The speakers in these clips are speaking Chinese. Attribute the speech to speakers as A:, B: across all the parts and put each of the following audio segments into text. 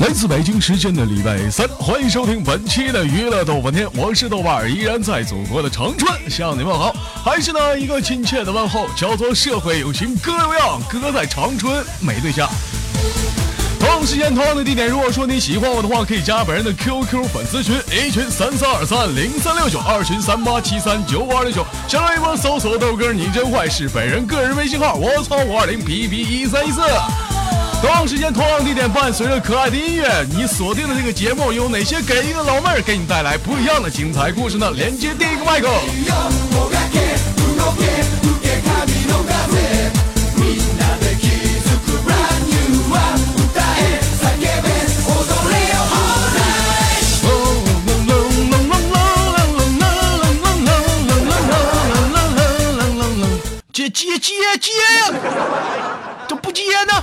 A: 来自北京时间的礼拜三，欢迎收听本期的娱乐豆瓣天，我是豆瓣儿，依然在祖国的长春向你问好，还是那一个亲切的问候，叫做社会有情哥有样，哥在啊长春没对象。同样时间，同样的地点。如果说你喜欢我的话，可以加本人的 QQ 粉丝群，A 群三三二三零三六九，二群三八七三九五二六九。新浪微博搜索豆哥，你真坏是本人个人微信号，我操五二零 P P 一三一四。同样时间，同样地点，伴随着可爱的音乐，你锁定的这个节目有哪些给一个老妹儿给你带来不一样的精彩故事呢？连接第一个麦克。接接接接呀！这不接呢？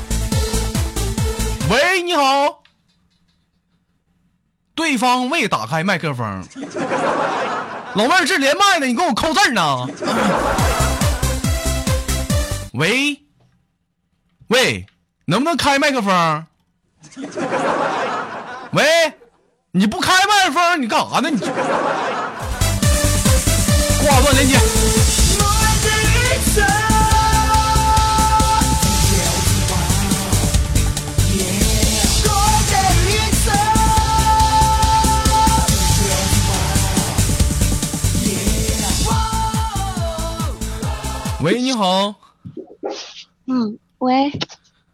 A: 喂，你好。对方未打开麦克风。老妹儿，这连麦呢，你给我扣字儿呢？喂，喂，能不能开麦克风？喂，你不开麦克风，你干啥呢？你挂断连接。喂，你好。
B: 嗯，喂，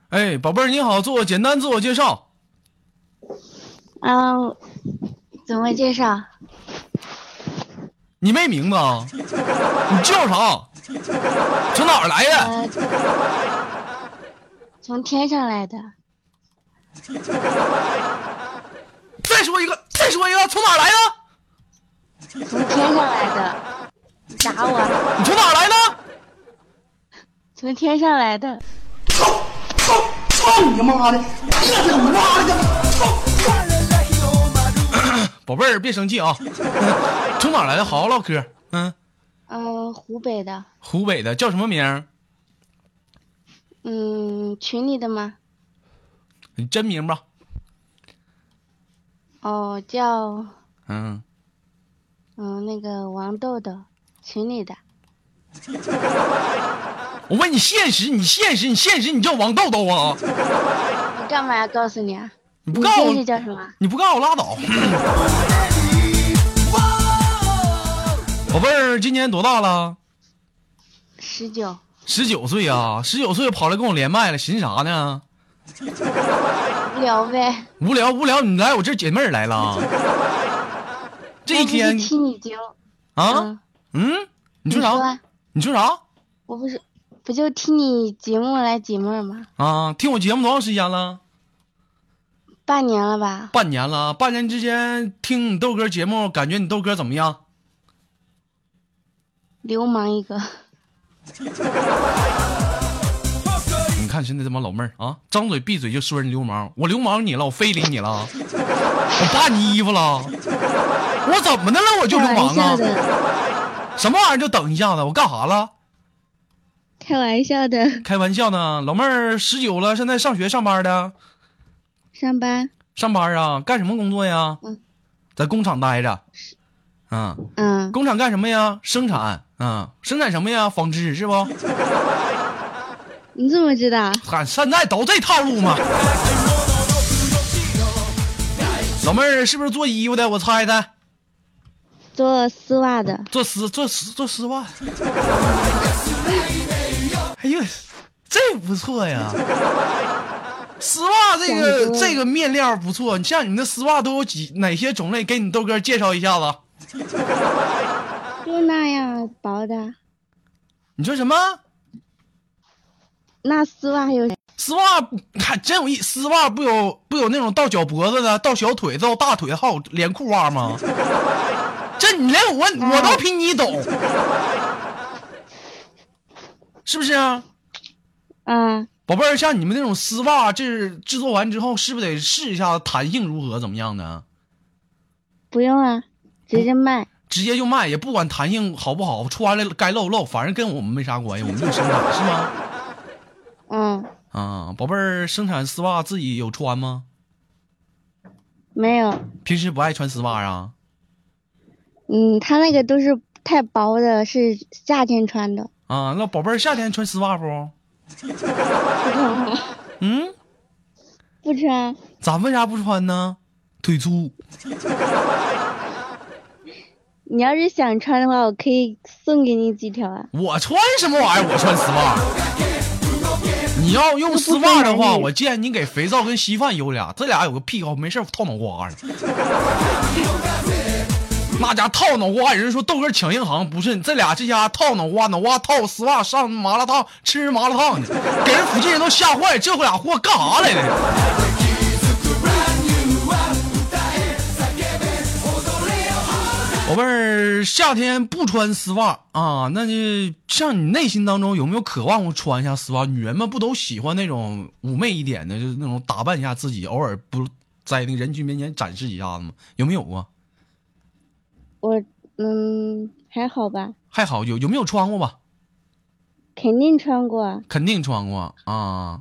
A: 哎，宝贝儿，你好，做简单自我介绍。
B: 嗯、怎么介绍？
A: 你没名字啊？你叫啥？从哪儿来的？
B: 呃，从天上来的，
A: 再说一个，再说一个，从哪儿来的？
B: 从天上来的，打我，
A: 你从哪儿来的？
B: 从天上来的，
C: 操操操你妈的！哎呀，这我妈的！操！
A: 宝贝儿，别生气啊。从哪儿来的？好好唠嗑。嗯，
B: 呃，湖北的，
A: 湖北的，叫什么名儿？
B: 嗯，群里的吗？
A: 你真名吧？
B: 哦，叫
A: 嗯，
B: 嗯、那个王豆豆，群里的，
A: 我问你，现实，你现实，你现实，你叫王豆豆啊？
B: 我干嘛要告诉你啊？
A: 你不
B: 你
A: 告诉
B: 真
A: 我
B: 是，叫什么？
A: 你不告诉我拉倒。宝贝儿，今年多大了？
B: 十九，
A: 十九岁啊，十九岁跑来跟我连麦了，寻啥呢？
B: 无聊呗。
A: 无聊无聊，你来我这儿解闷儿来了。这一
B: 我
A: 天
B: 不是听你节目
A: 啊
B: 嗯，，
A: 嗯，你
B: 你
A: 说啥？
B: 说啊
A: 你说啥
B: 我不是不就听你节目来解闷儿吗？
A: 啊？听我节目多长时间了？
B: 半年了吧？
A: 半年了，半年之间听你豆哥节目，感觉你豆哥怎么样？
B: 流氓一个，
A: 你看现在这帮老妹儿啊，张嘴闭嘴就说人流氓，我流氓你了，我非礼你了，我扒你衣服了，我怎么的了？ 我就
B: 开
A: 流氓
B: 玩笑
A: 啊？
B: 的，
A: 什么玩意儿？就等一下子，我干啥了？
B: 开玩笑的，
A: 开玩笑呢，老妹儿十九了，现在上学上班的，
B: 上班，
A: 上班啊，干什么工作呀？
B: 嗯
A: 在工厂待着。嗯，
B: 嗯，
A: 工厂干什么呀？生产，嗯，生产什么呀？纺织是不？
B: 你怎么知道？
A: 喊现在都这套路嘛。老妹儿是不是做衣服的？我猜猜，
B: 做丝袜的，
A: 做丝做丝做丝袜。哎呦，这不错呀，丝袜这
B: 讲
A: 个
B: 究
A: 这个面料不错。你像你那丝袜都有几哪些种类？给你豆哥介绍一下子。
B: 就那样薄的，
A: 你说什么？
B: 那丝袜还有
A: 丝袜还真有一丝袜不有不有那种到脚脖子的、到小腿、到大腿，还有连裤袜吗？这你连我我都比你懂，是不是啊？
B: 啊，
A: 宝贝儿，像你们那种丝袜，这是制作完之后是不是得试一下弹性如何，怎么样的？
B: 不用啊，直接卖，
A: 直接就卖，也不管弹性好不好，穿了该露露，反正跟我们没啥关系，我们就生产是吗？
B: 嗯，
A: 啊，宝贝儿，生产丝袜自己有穿吗？
B: 没有，
A: 平时不爱穿丝袜啊？
B: 嗯，他那个都是太薄的，是夏天穿的。
A: 啊，那宝贝儿夏天穿丝袜不？嗯，
B: 不穿，
A: 咱为啥不穿呢？腿粗，
B: 你要是想穿的话，我可以送给你几条啊。
A: 我穿什么玩意儿？我穿丝袜。你要用丝袜的话，我建议你给肥皂跟稀饭有俩，这俩有个癖好，没事儿套脑瓜上。那家套脑瓜，有人说豆哥抢银行，不是这俩这家套脑瓜，脑瓜套丝袜上麻辣烫吃人麻辣烫去，给人附近人都吓坏，这俩货干啥来了？宝贝儿，夏天不穿丝袜啊，那就像你内心当中有没有渴望过穿一下丝袜？女人们不都喜欢那种妩媚一点的，就是那种打扮一下自己，偶尔不在那个人群面前展示一下子吗？有没有啊？
B: 我嗯还好吧，
A: 还好有有没有穿过吧？
B: 肯定穿过。
A: 肯定穿过啊。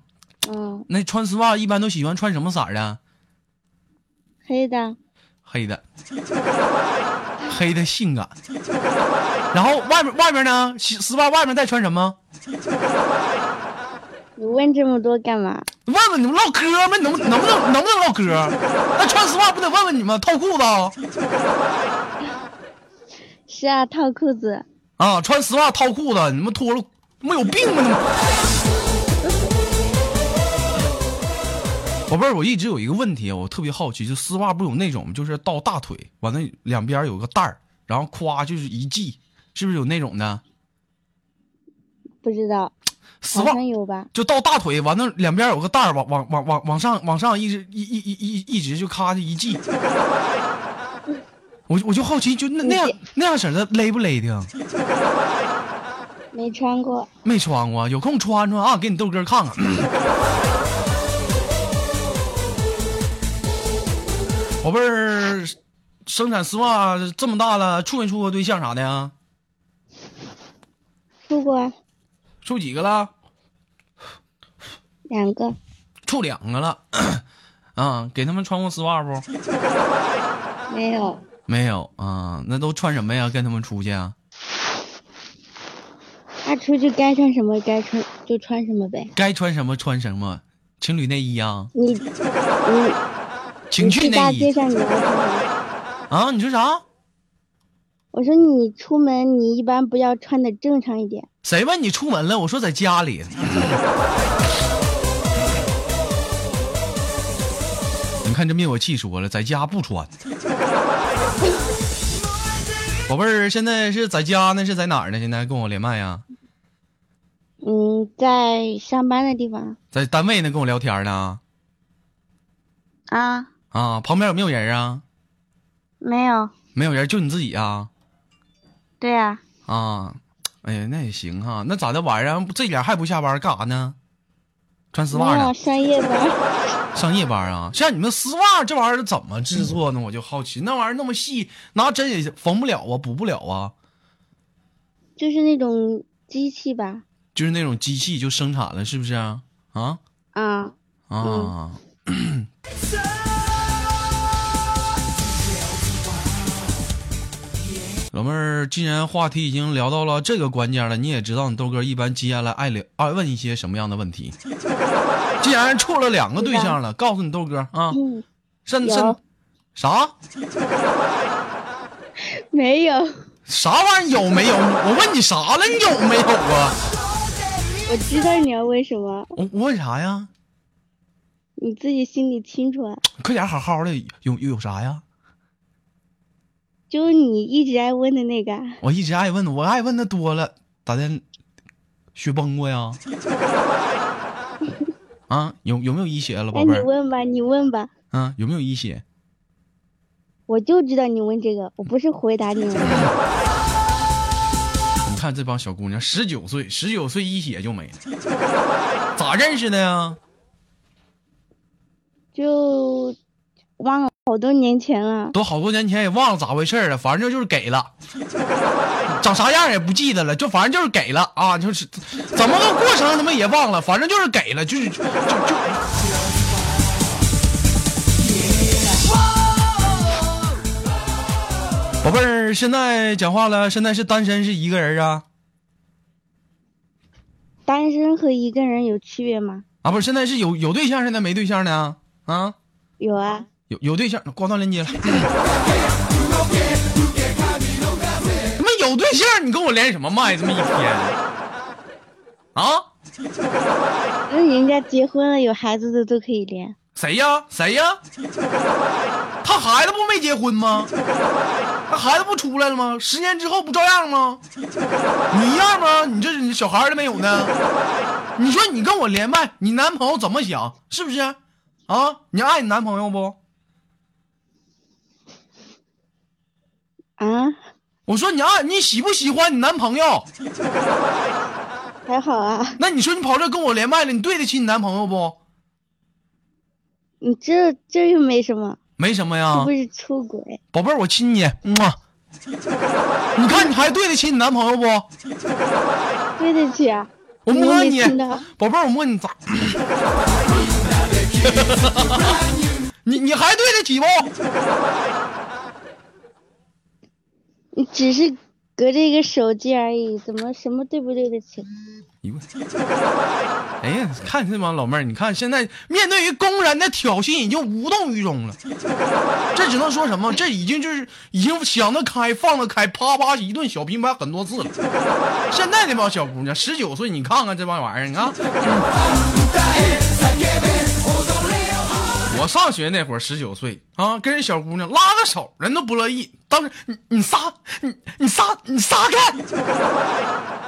B: 嗯，
A: 那穿丝袜一般都喜欢穿什么色儿的？
B: 黑的，
A: 黑的，黑的性感。然后外面外面呢？丝丝袜外面再穿什么？
B: 你问这么多干嘛？
A: 问问你们唠嗑吗？能不能不能能不能唠嗑？那穿丝袜不得问问你们套裤子啊
B: 是啊，套裤子。
A: 啊？穿丝袜套裤子，你们脱了没有病吗？你们。宝贝儿，我一直有一个问题，我特别好奇，就丝袜不有那种就是到大腿，完了两边有个带儿，然后夸就是一系，是不是有那种的
B: 不知道，
A: 丝
B: 好
A: 袜？
B: 像有吧？
A: 就到大腿，完了两边有个带儿，往往往往往上往上一直一一一一一直就咔就一系。我我就好奇，就那那样那样式儿的勒不勒的啊？
B: 没穿过。
A: 没穿过，有空穿穿啊，给你豆哥看看。宝贝儿，生产丝袜这么大了，处没处过对象啥的呀？
B: 出过
A: 处几个了？
B: 两个，
A: 处两个了。 啊，给他们穿过丝袜不？
B: 没有
A: 没有啊，那都穿什么呀？跟他们出去啊？
B: 那出去该穿什么该穿就穿什么呗。
A: 该穿什么穿什么，情侣内衣啊，
B: 你你
A: 情趣
B: 你去大
A: 内
B: 街
A: 衣
B: 上你要穿什么？
A: 啊？你说啥？
B: 我说你出门你一般不要穿的正常一点。
A: 谁问你出门了？我说在家里。 你看这灭火器说了，在家不穿。 宝贝儿，现在是在家呢，是在哪儿呢？现在跟我连麦啊呀，
B: 嗯，在上班的地方
A: 在单位呢，跟我聊天呢。
B: 啊，
A: 啊，旁边有没有人啊？
B: 没有。
A: 没有人，就你自己啊。
B: 对啊，
A: 啊，哎呀，那也行哈、那咋的晚上这点还不下班干啥呢？穿丝袜
B: 没有
A: 呢？
B: 上夜班，
A: 上夜班啊？像你们丝袜这玩意儿怎么制作呢？我就好奇，那玩意儿那么细，拿针也缝不了啊，补不了啊，
B: 就是那种机器吧。
A: 就是那种机器就生产了，是不是啊？啊
B: 啊，
A: 啊！老妹儿，既然话题已经聊到了这个关键了，你也知道你豆哥一般接下来爱聊爱问一些什么样的问题。 既然处了两个对象了，告诉你豆哥啊，
B: 嗯，
A: 甚甚
B: 有
A: 啥
B: 没有，
A: 啥玩意儿有没有？我问你啥了？你有没有啊？
B: 我知道你要问什么，
A: 我我问啥呀？
B: 你自己心里清楚啊。
A: 快点好好的，有有有啥呀？
B: 就你一直爱问的那个啊，
A: 我一直爱问，我爱问的多了，咋的？雪崩过 呀？啊，有有没有医学了，
B: 那
A: 宝贝
B: 哎你
A: 儿？
B: 问吧，你问吧，
A: 啊，有没有医学？
B: 我就知道你问这个，我不是回答你问的。
A: 你看这帮小姑娘，十九岁，十九岁医血就没了，咋认识的呀？
B: 就忘了好多年前了，
A: 都好多年前也忘了咋回事儿了，反正就是给了，长啥样也不记得了，就反正就是给了啊，就是怎么个过程他妈也忘了，反正就是给了，就是就就。就宝贝儿，现在讲话了，现在是单身是一个人啊？
B: 单身和一个人有区别吗？
A: 啊，不是，现在是有有对象，现在没对象呢？啊，
B: 有啊，
A: 有有对象，挂断连接了。 他妈有对象，你跟我连什么麦？这么一天啊？
B: 那人家结婚了有孩子的都可以连。
A: 谁呀？谁呀？他孩子不没结婚吗？他孩子不出来了吗？十年之后不照样吗？你一样吗？你这你小孩儿都没有呢？你说你跟我连麦，你男朋友怎么想？是不是？啊，你爱你男朋友不？
B: 啊，
A: 我说你爱你喜不喜欢你男朋友？
B: 还好啊，
A: 那你说你跑这跟我连麦了，你对得起你男朋友不？
B: 你这这又没什么，
A: 没什么
B: 是
A: 呀
B: 不，是出轨？
A: 宝贝儿，我亲你，嗯啊。你看你还对得起你男朋友不？
B: 对得起啊，
A: 我
B: 你又
A: 摸
B: 没
A: 你
B: 听到，
A: 宝贝儿，我摸你咋？ 你你还对得起不？
B: 你只是隔着一个手机而已，怎么什么对不对得起？
A: 一问， 哎呀，看这帮老妹儿，你看现在面对于公然的挑衅，已经无动于衷了。这只能说什么？这已经就是已经想得开，放得开，啪啪一顿小乒乓很多次了。现在那帮小姑娘，十九岁，你看看这帮玩意儿，你看。我上学那会儿十九岁啊，跟人小姑娘拉个手，人都不乐意。当时你你撒你你撒你撒开，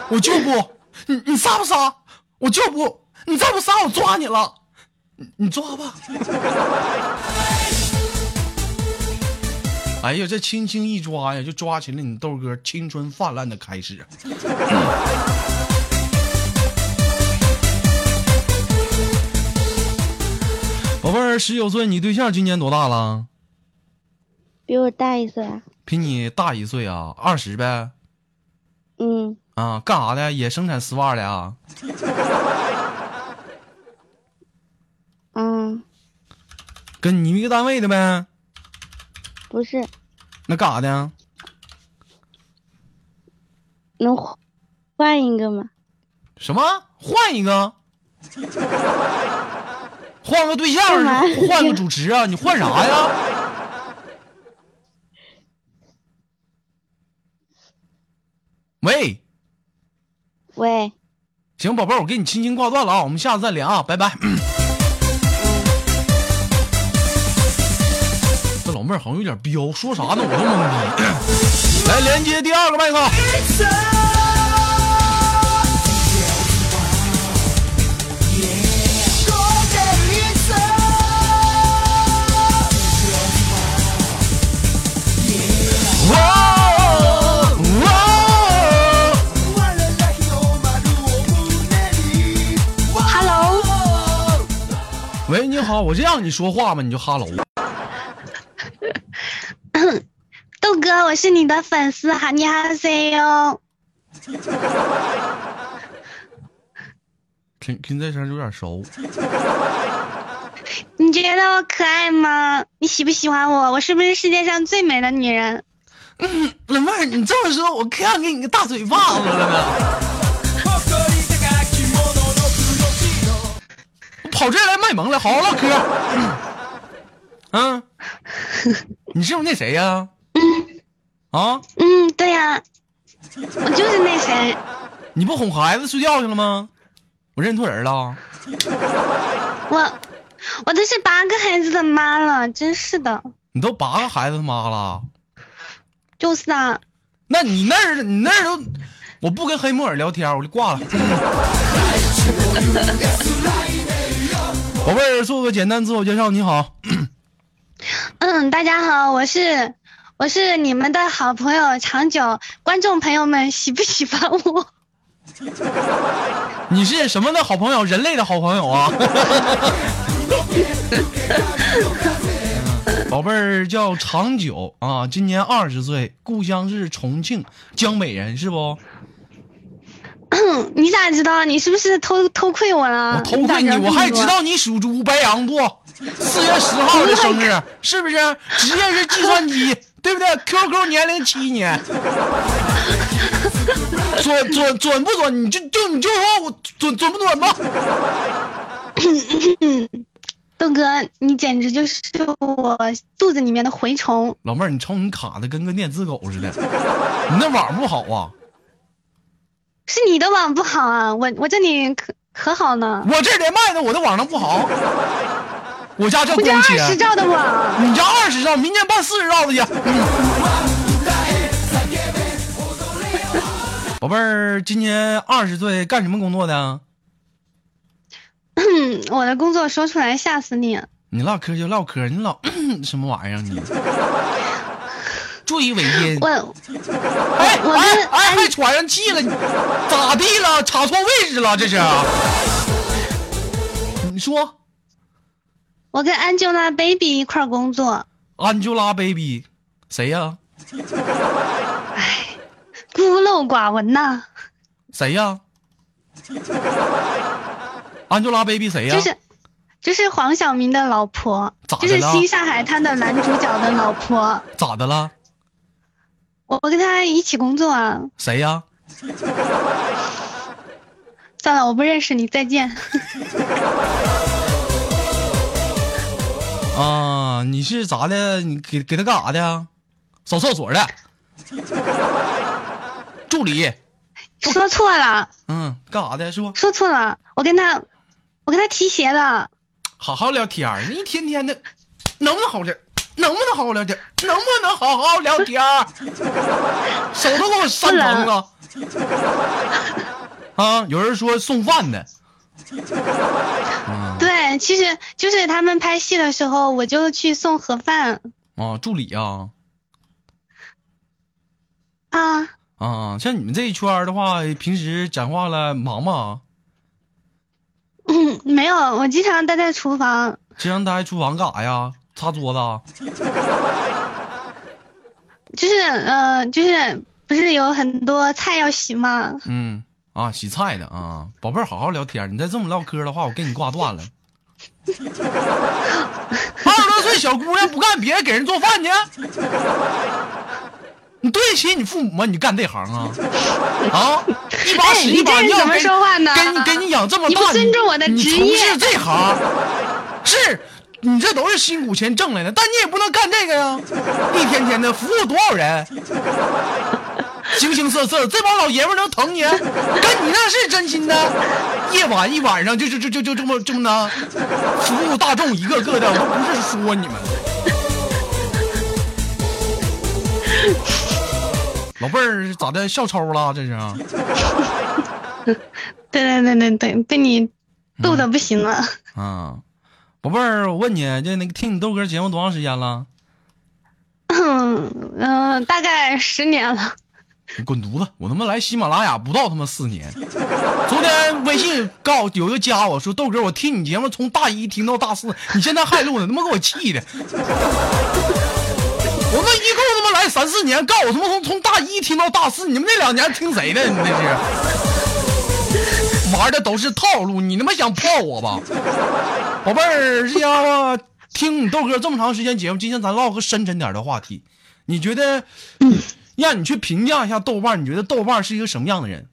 A: 我就不，你你撒不撒？我就不，你再不撒我抓你了，你你抓吧。哎呀，这轻轻一抓呀，就抓起了你豆哥青春泛滥的开始。啊宝贝儿，十九岁，你对象今年多大了？
B: 比我大一岁啊，
A: 比你大一岁啊，二十呗。
B: 嗯，
A: 啊，干啥的？也生产丝袜的啊？
B: 啊，
A: 跟你一个单位的呗？
B: 不是，
A: 那干啥的啊？
B: 能换换一个吗？
A: 什么？换一个？换个对象
B: 干嘛
A: 是换个主持啊？你换啥呀？ 喂，
B: 喂，
A: 行，宝贝儿，我给你轻轻挂断了啊，我们下次再聊啊，拜拜。 这老妹儿好像有点彪，说啥呢？我都懵逼。 来连接第二个麦克。哦哇哦哇！
D: Hello，
A: 喂，你好，我就让你说话嘛，你就哈喽。
E: 豆哥，我是你 E 的粉丝，哈尼哈塞哟。
A: 听听这声儿有点熟，
E: 你觉得我可爱吗？你喜不喜欢我？我是不是世界上最美的女人？
A: 老妹儿，你这么说，我可想给你个大嘴巴子了呢。跑这来卖萌了，好好唠嗑。嗯，你是不是那谁呀、啊，
E: 嗯，对呀、我就是那谁。
A: 你不哄孩子睡觉去了吗？我认错人了。
E: 我，我都是八个孩子的妈了，真是的。
A: 你都八个孩子他妈了，
E: 就是啊，
A: 那你那儿你那儿都，我不跟黑木耳聊天，我就挂了。宝贝儿，做个简单自我介绍，你好。
E: 嗯，大家好，我是我是你们的好朋友长久，观众朋友们喜不喜欢我？
A: 你是什么的好朋友？人类的好朋友啊！ 宝贝儿叫长久啊，今年二十岁，故乡是重庆江北人，是不？
E: 嗯你咋知道？你是不是偷偷窥我了？
A: 我偷看你，
E: 咋知道
A: 我还
E: 这么
A: 知
E: 多
A: 道你属猪白羊座。四月十号的生日，是不是？职业是计算机，对不对？QQ 年龄七年，准准准不准？你就就你就说我准准不准吧？
E: 豆哥，你简直就是我肚子里面的蛔虫。
A: 老妹儿，你瞅你卡的跟个电子狗似的，你那网不好啊？
E: 是你的网不好啊，我我这里可可好呢，
A: 我这儿连麦呢，我的网能不好？我家叫
E: 我
A: 光
E: 这二十
A: 纤，
E: 兆的网。
A: 你家二十兆，明年办四十兆的去。 宝贝儿，今年二十岁，干什么工作的？
E: 嗯我的工作说出来吓死你！
A: 你唠嗑就唠嗑，你老 什么玩意儿你？ 注意尾音。
E: 我
A: 哎
E: 我
A: 哎
E: 是
A: 哎，还喘上气了，你咋地了？插错位置了，这是？啊你说
E: 我跟 Angelababy 一块儿工作，
A: Angelababy 谁呀、
E: 孤陋寡闻呐、
A: 谁呀、Angelababy 谁呀、
E: 就是就是黄晓明的老婆
A: 咋，的
E: 就
A: 了
E: 是《新上海滩》的男主角的老婆。
A: 咋的了？
E: 我我跟他一起工作啊，
A: 谁呀、
E: 算了，我不认识你，再见。
A: 啊？你是咋的？你给给他干啥的呀？扫厕所的助理，
E: 说错了，
A: 嗯，干啥的？说
E: 说错了，我跟他我跟他提鞋的，
A: 好好聊天儿，你一天天的，能不能好聊？能不能好好聊天？能不能好好聊天？手都给我扇疼了。啊，有人说送饭的，
E: 对，其实就是他们拍戏的时候，我就去送盒饭
A: 啊，助理啊，
E: 啊。
A: 啊，像你们这一圈儿的话，平时讲话了忙吗？
E: 嗯，没有，我经常待在厨房，
A: 经常待厨房干啥呀？擦桌子啊？
E: 就是呃，就是不是有很多菜要洗吗？
A: 嗯，啊，洗菜的啊，宝贝儿，好好聊天儿。你再这么唠嗑的话，我给你挂断 了。二十多岁小姑娘不干别的，给人做饭去，你对得起你父母吗？你干这行啊？啊，一把屎
E: 哎你
A: 一把
E: 这
A: 尿，
E: 是怎么
A: 给你
E: 说话呢
A: 给你给你养这么大，
E: 你不尊重我的职
A: 你从
E: 业
A: 事这行，是你这都是辛苦钱挣来的，但你也不能干这个呀，一天天的服务多少人。形形色色，这帮老爷们儿能疼你？跟你那是真心的。夜晚一晚上就就就就就这么这么的，服务大众一个个的，我不是说你们。老妹儿咋的？笑抽了？这是啊？
E: 对对对对对，被
A: 嗯
E: 你逗的不行了。
A: 啊，宝贝儿，我问你，这那个听你豆哥节目多长时间了？
E: 嗯、呃大概十年了。
A: 你滚犊子！我他妈来喜马拉雅不到他妈四年，昨天微信告有一个加我说豆哥，我听你节目从大一听到大四，你现在还录呢，他妈给我气的！我们一共他妈来三四年，告我他妈从从大一听到大四，你们那两年听谁的？你那是玩的都是套路，你他妈想泡我吧，宝贝儿，这家伙听你豆哥这么长时间节目，今天咱唠个深沉点的话题，你觉得？让你去评价一下豆瓣儿，你觉得豆瓣儿是一个什么样的人？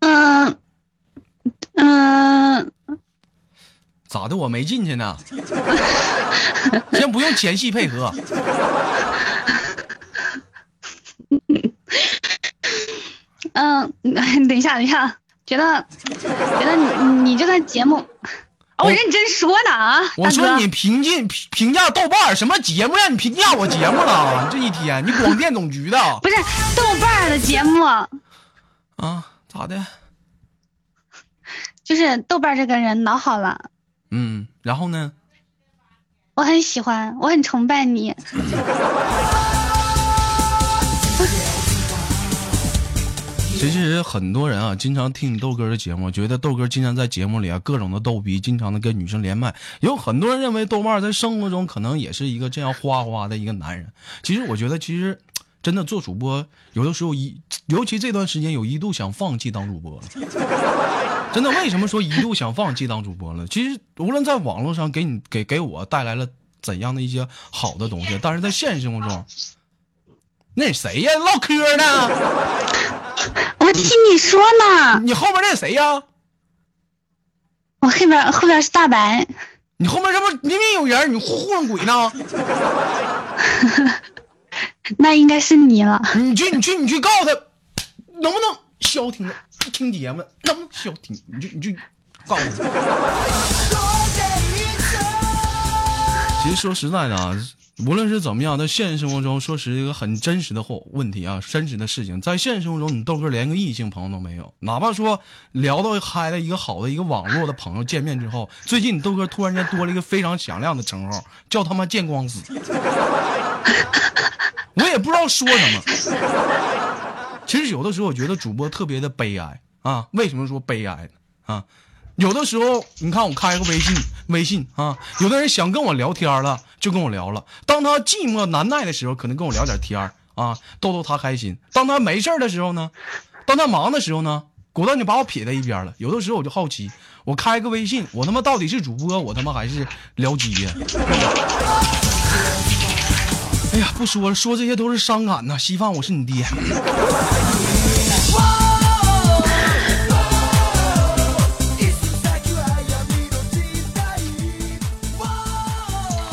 E: 嗯嗯、
A: 咋的？我没进去 呢。先不用前戏配合，
E: 嗯， 等一下，等一下，觉得觉得你你这个节目，啊
A: 我
E: 我认真说呢啊，大
A: 我说
E: 哥
A: 你评进评评价豆瓣儿什么节目让你评价我节目了？这一天你广电总局的
E: 不是豆瓣儿的节目，
A: 啊？咋的？
E: 就是豆瓣儿这个人老好了，
A: 嗯，然后呢？
E: 我很喜欢，我很崇拜你，
A: 其实很多人啊，经常听豆哥的节目，觉得豆哥经常在节目里啊各种的逗逼，经常的跟女生连麦。有很多人认为豆瓣儿在生活中可能也是一个这样花花的一个男人。其实我觉得，其实真的做主播，有的时候一，尤其这段时间有一度想放弃当主播了。 真的，为什么说一度想放弃当主播了？其实无论在网络上给你给给我带来了怎样的一些好的东西，但是在现实生活中，那谁呀？唠嗑呢？
E: 我听你说呢，
A: 你后面那谁呀？
E: 我后边后边是大白，
A: 你后面这不明明有人，你糊弄鬼呢？
E: 那应该是你了。
A: 你去，你去，你去告诉他，能不能消停了？听节目能不能消停？你就你就告诉他。其实说实在的啊，无论是怎么样，在现实生活中，说实一个很真实的或问题啊，真实的事情，在现实生活中，你豆哥连个异性朋友都没有，哪怕说聊到嗨的一个好的一个网络的朋友见面之后，最近你豆哥突然间多了一个非常响亮的称号，叫他妈见光死。我也不知道说什么。其实有的时候我觉得主播特别的悲哀啊，为什么说悲哀呢？啊，有的时候你看我开个微信，微信啊，有的人想跟我聊天了，就跟我聊了。当他寂寞难耐的时候，可能跟我聊点天儿啊，逗逗他开心。当他没事儿的时候呢，当他忙的时候呢，果断就把我撇在一边了。有的时候我就好奇，我开个微信，我他妈到底是主播，我他妈还是聊鸡呀？哎呀，不说了，说这些都是伤感呐、稀饭，我是你爹。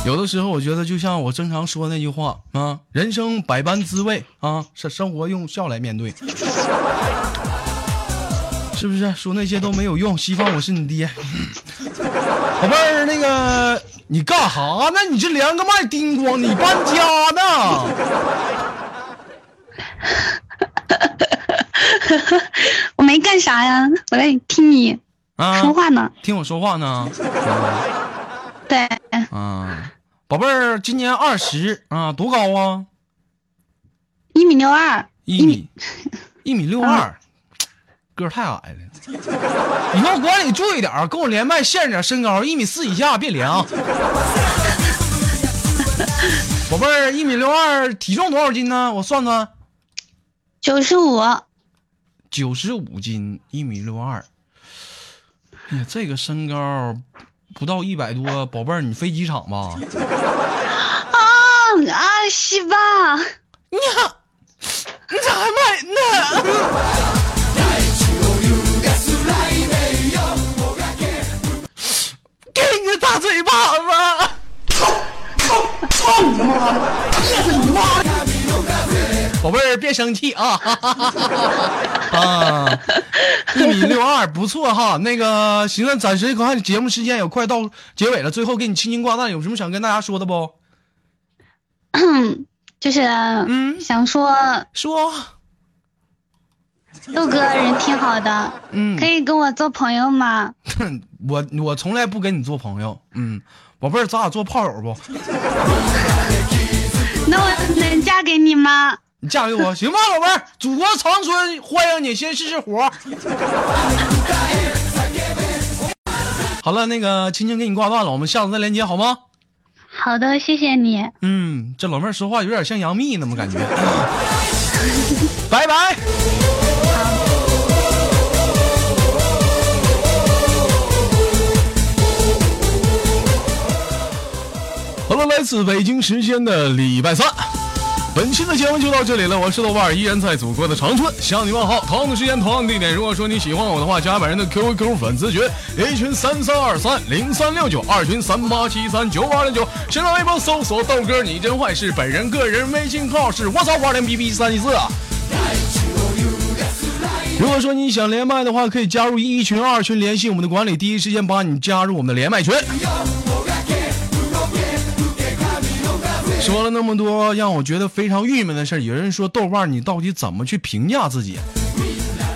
A: 有的时候，我觉得就像我经常说那句话啊，人生百般滋味啊，生生活用笑来面对，是不是？说那些都没有用，稀饭，我是你爹。 宝贝儿，那个你干哈呢？你这连个麦叮咣，你搬家呢？
E: 我没干啥呀，我在听你
A: 啊，
E: 说话呢。
A: 听我说话呢。
E: 对，
A: 啊，宝贝儿，今年二十啊，多高啊？
E: 一米六二，
A: 一米啊一米六二，个儿太矮了。以后管理注意点儿，跟我连麦限制点身高，一米四以下别连啊。宝贝儿，一米六二，体重多少斤呢？我算算，
E: 九十五，哦
A: 九十五斤，一米六二。哎呀，这个身高不到一百多，宝贝儿，你飞机场吧？
E: 啊啊，西吧，
A: 你咋你咋还买呢？给你个大嘴巴子！
D: 操你妈的！憋死你妈的！
A: 宝贝儿，别生气啊！啊，一米六二，不错哈。那个，行了，暂时看节目时间也快到结尾了，最后给你轻轻挂断，有什么想跟大家说的不？
E: 就是
A: 嗯
E: 想说
A: 说，
E: 豆哥人挺好的，
A: 嗯
E: 可，以跟我做朋友吗？
A: 我我从来不跟你做朋友，嗯，宝贝儿，咱俩做炮友不？
E: 那我能嫁给你吗？
A: 你嫁给我行吧，宝贝儿，祖国长春欢迎你，先试试火。 好了，那个青青给你挂断了，我们下次再连接好吗？
E: 好的，谢谢你，
A: 嗯，这老妹儿说话有点像杨幂呢，我感觉。 拜拜。
C: 好了，来自北京时间的礼拜三。本期的节目就到这里了，我是豆瓣儿，依然在祖国的长春向你问好。同样的时间，同样的地点，如果说你喜欢我的话，加本人的 QQ 粉丝群，A 群三三二三零三六九，二群三八七三九八零九，新浪微博搜索豆哥你真坏是本人个人微信号是我操八零 B B 三一四啊。如果说你想连麦的话，可以加入一群、二群，联系我们的管理，第一时间把你加入我们的连麦群。说了那么多让我觉得非常郁闷的事儿，有人说豆瓣儿你到底怎么去评价自己？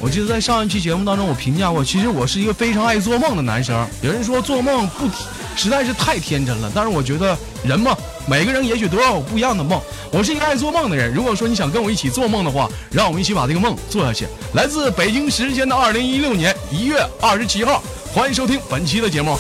C: 我记得在上一期节目当中，我评价过，其实我是一个非常爱做梦的男生。有人说做梦不，实在是太天真了。但是我觉得人嘛，每个人也许都要有不一样的梦。我是一个爱做梦的人。如果说你想跟我一起做梦的话，让我们一起把这个梦做下去。来自北京时间的二零一六年一月二十七号，欢迎收听本期的节目。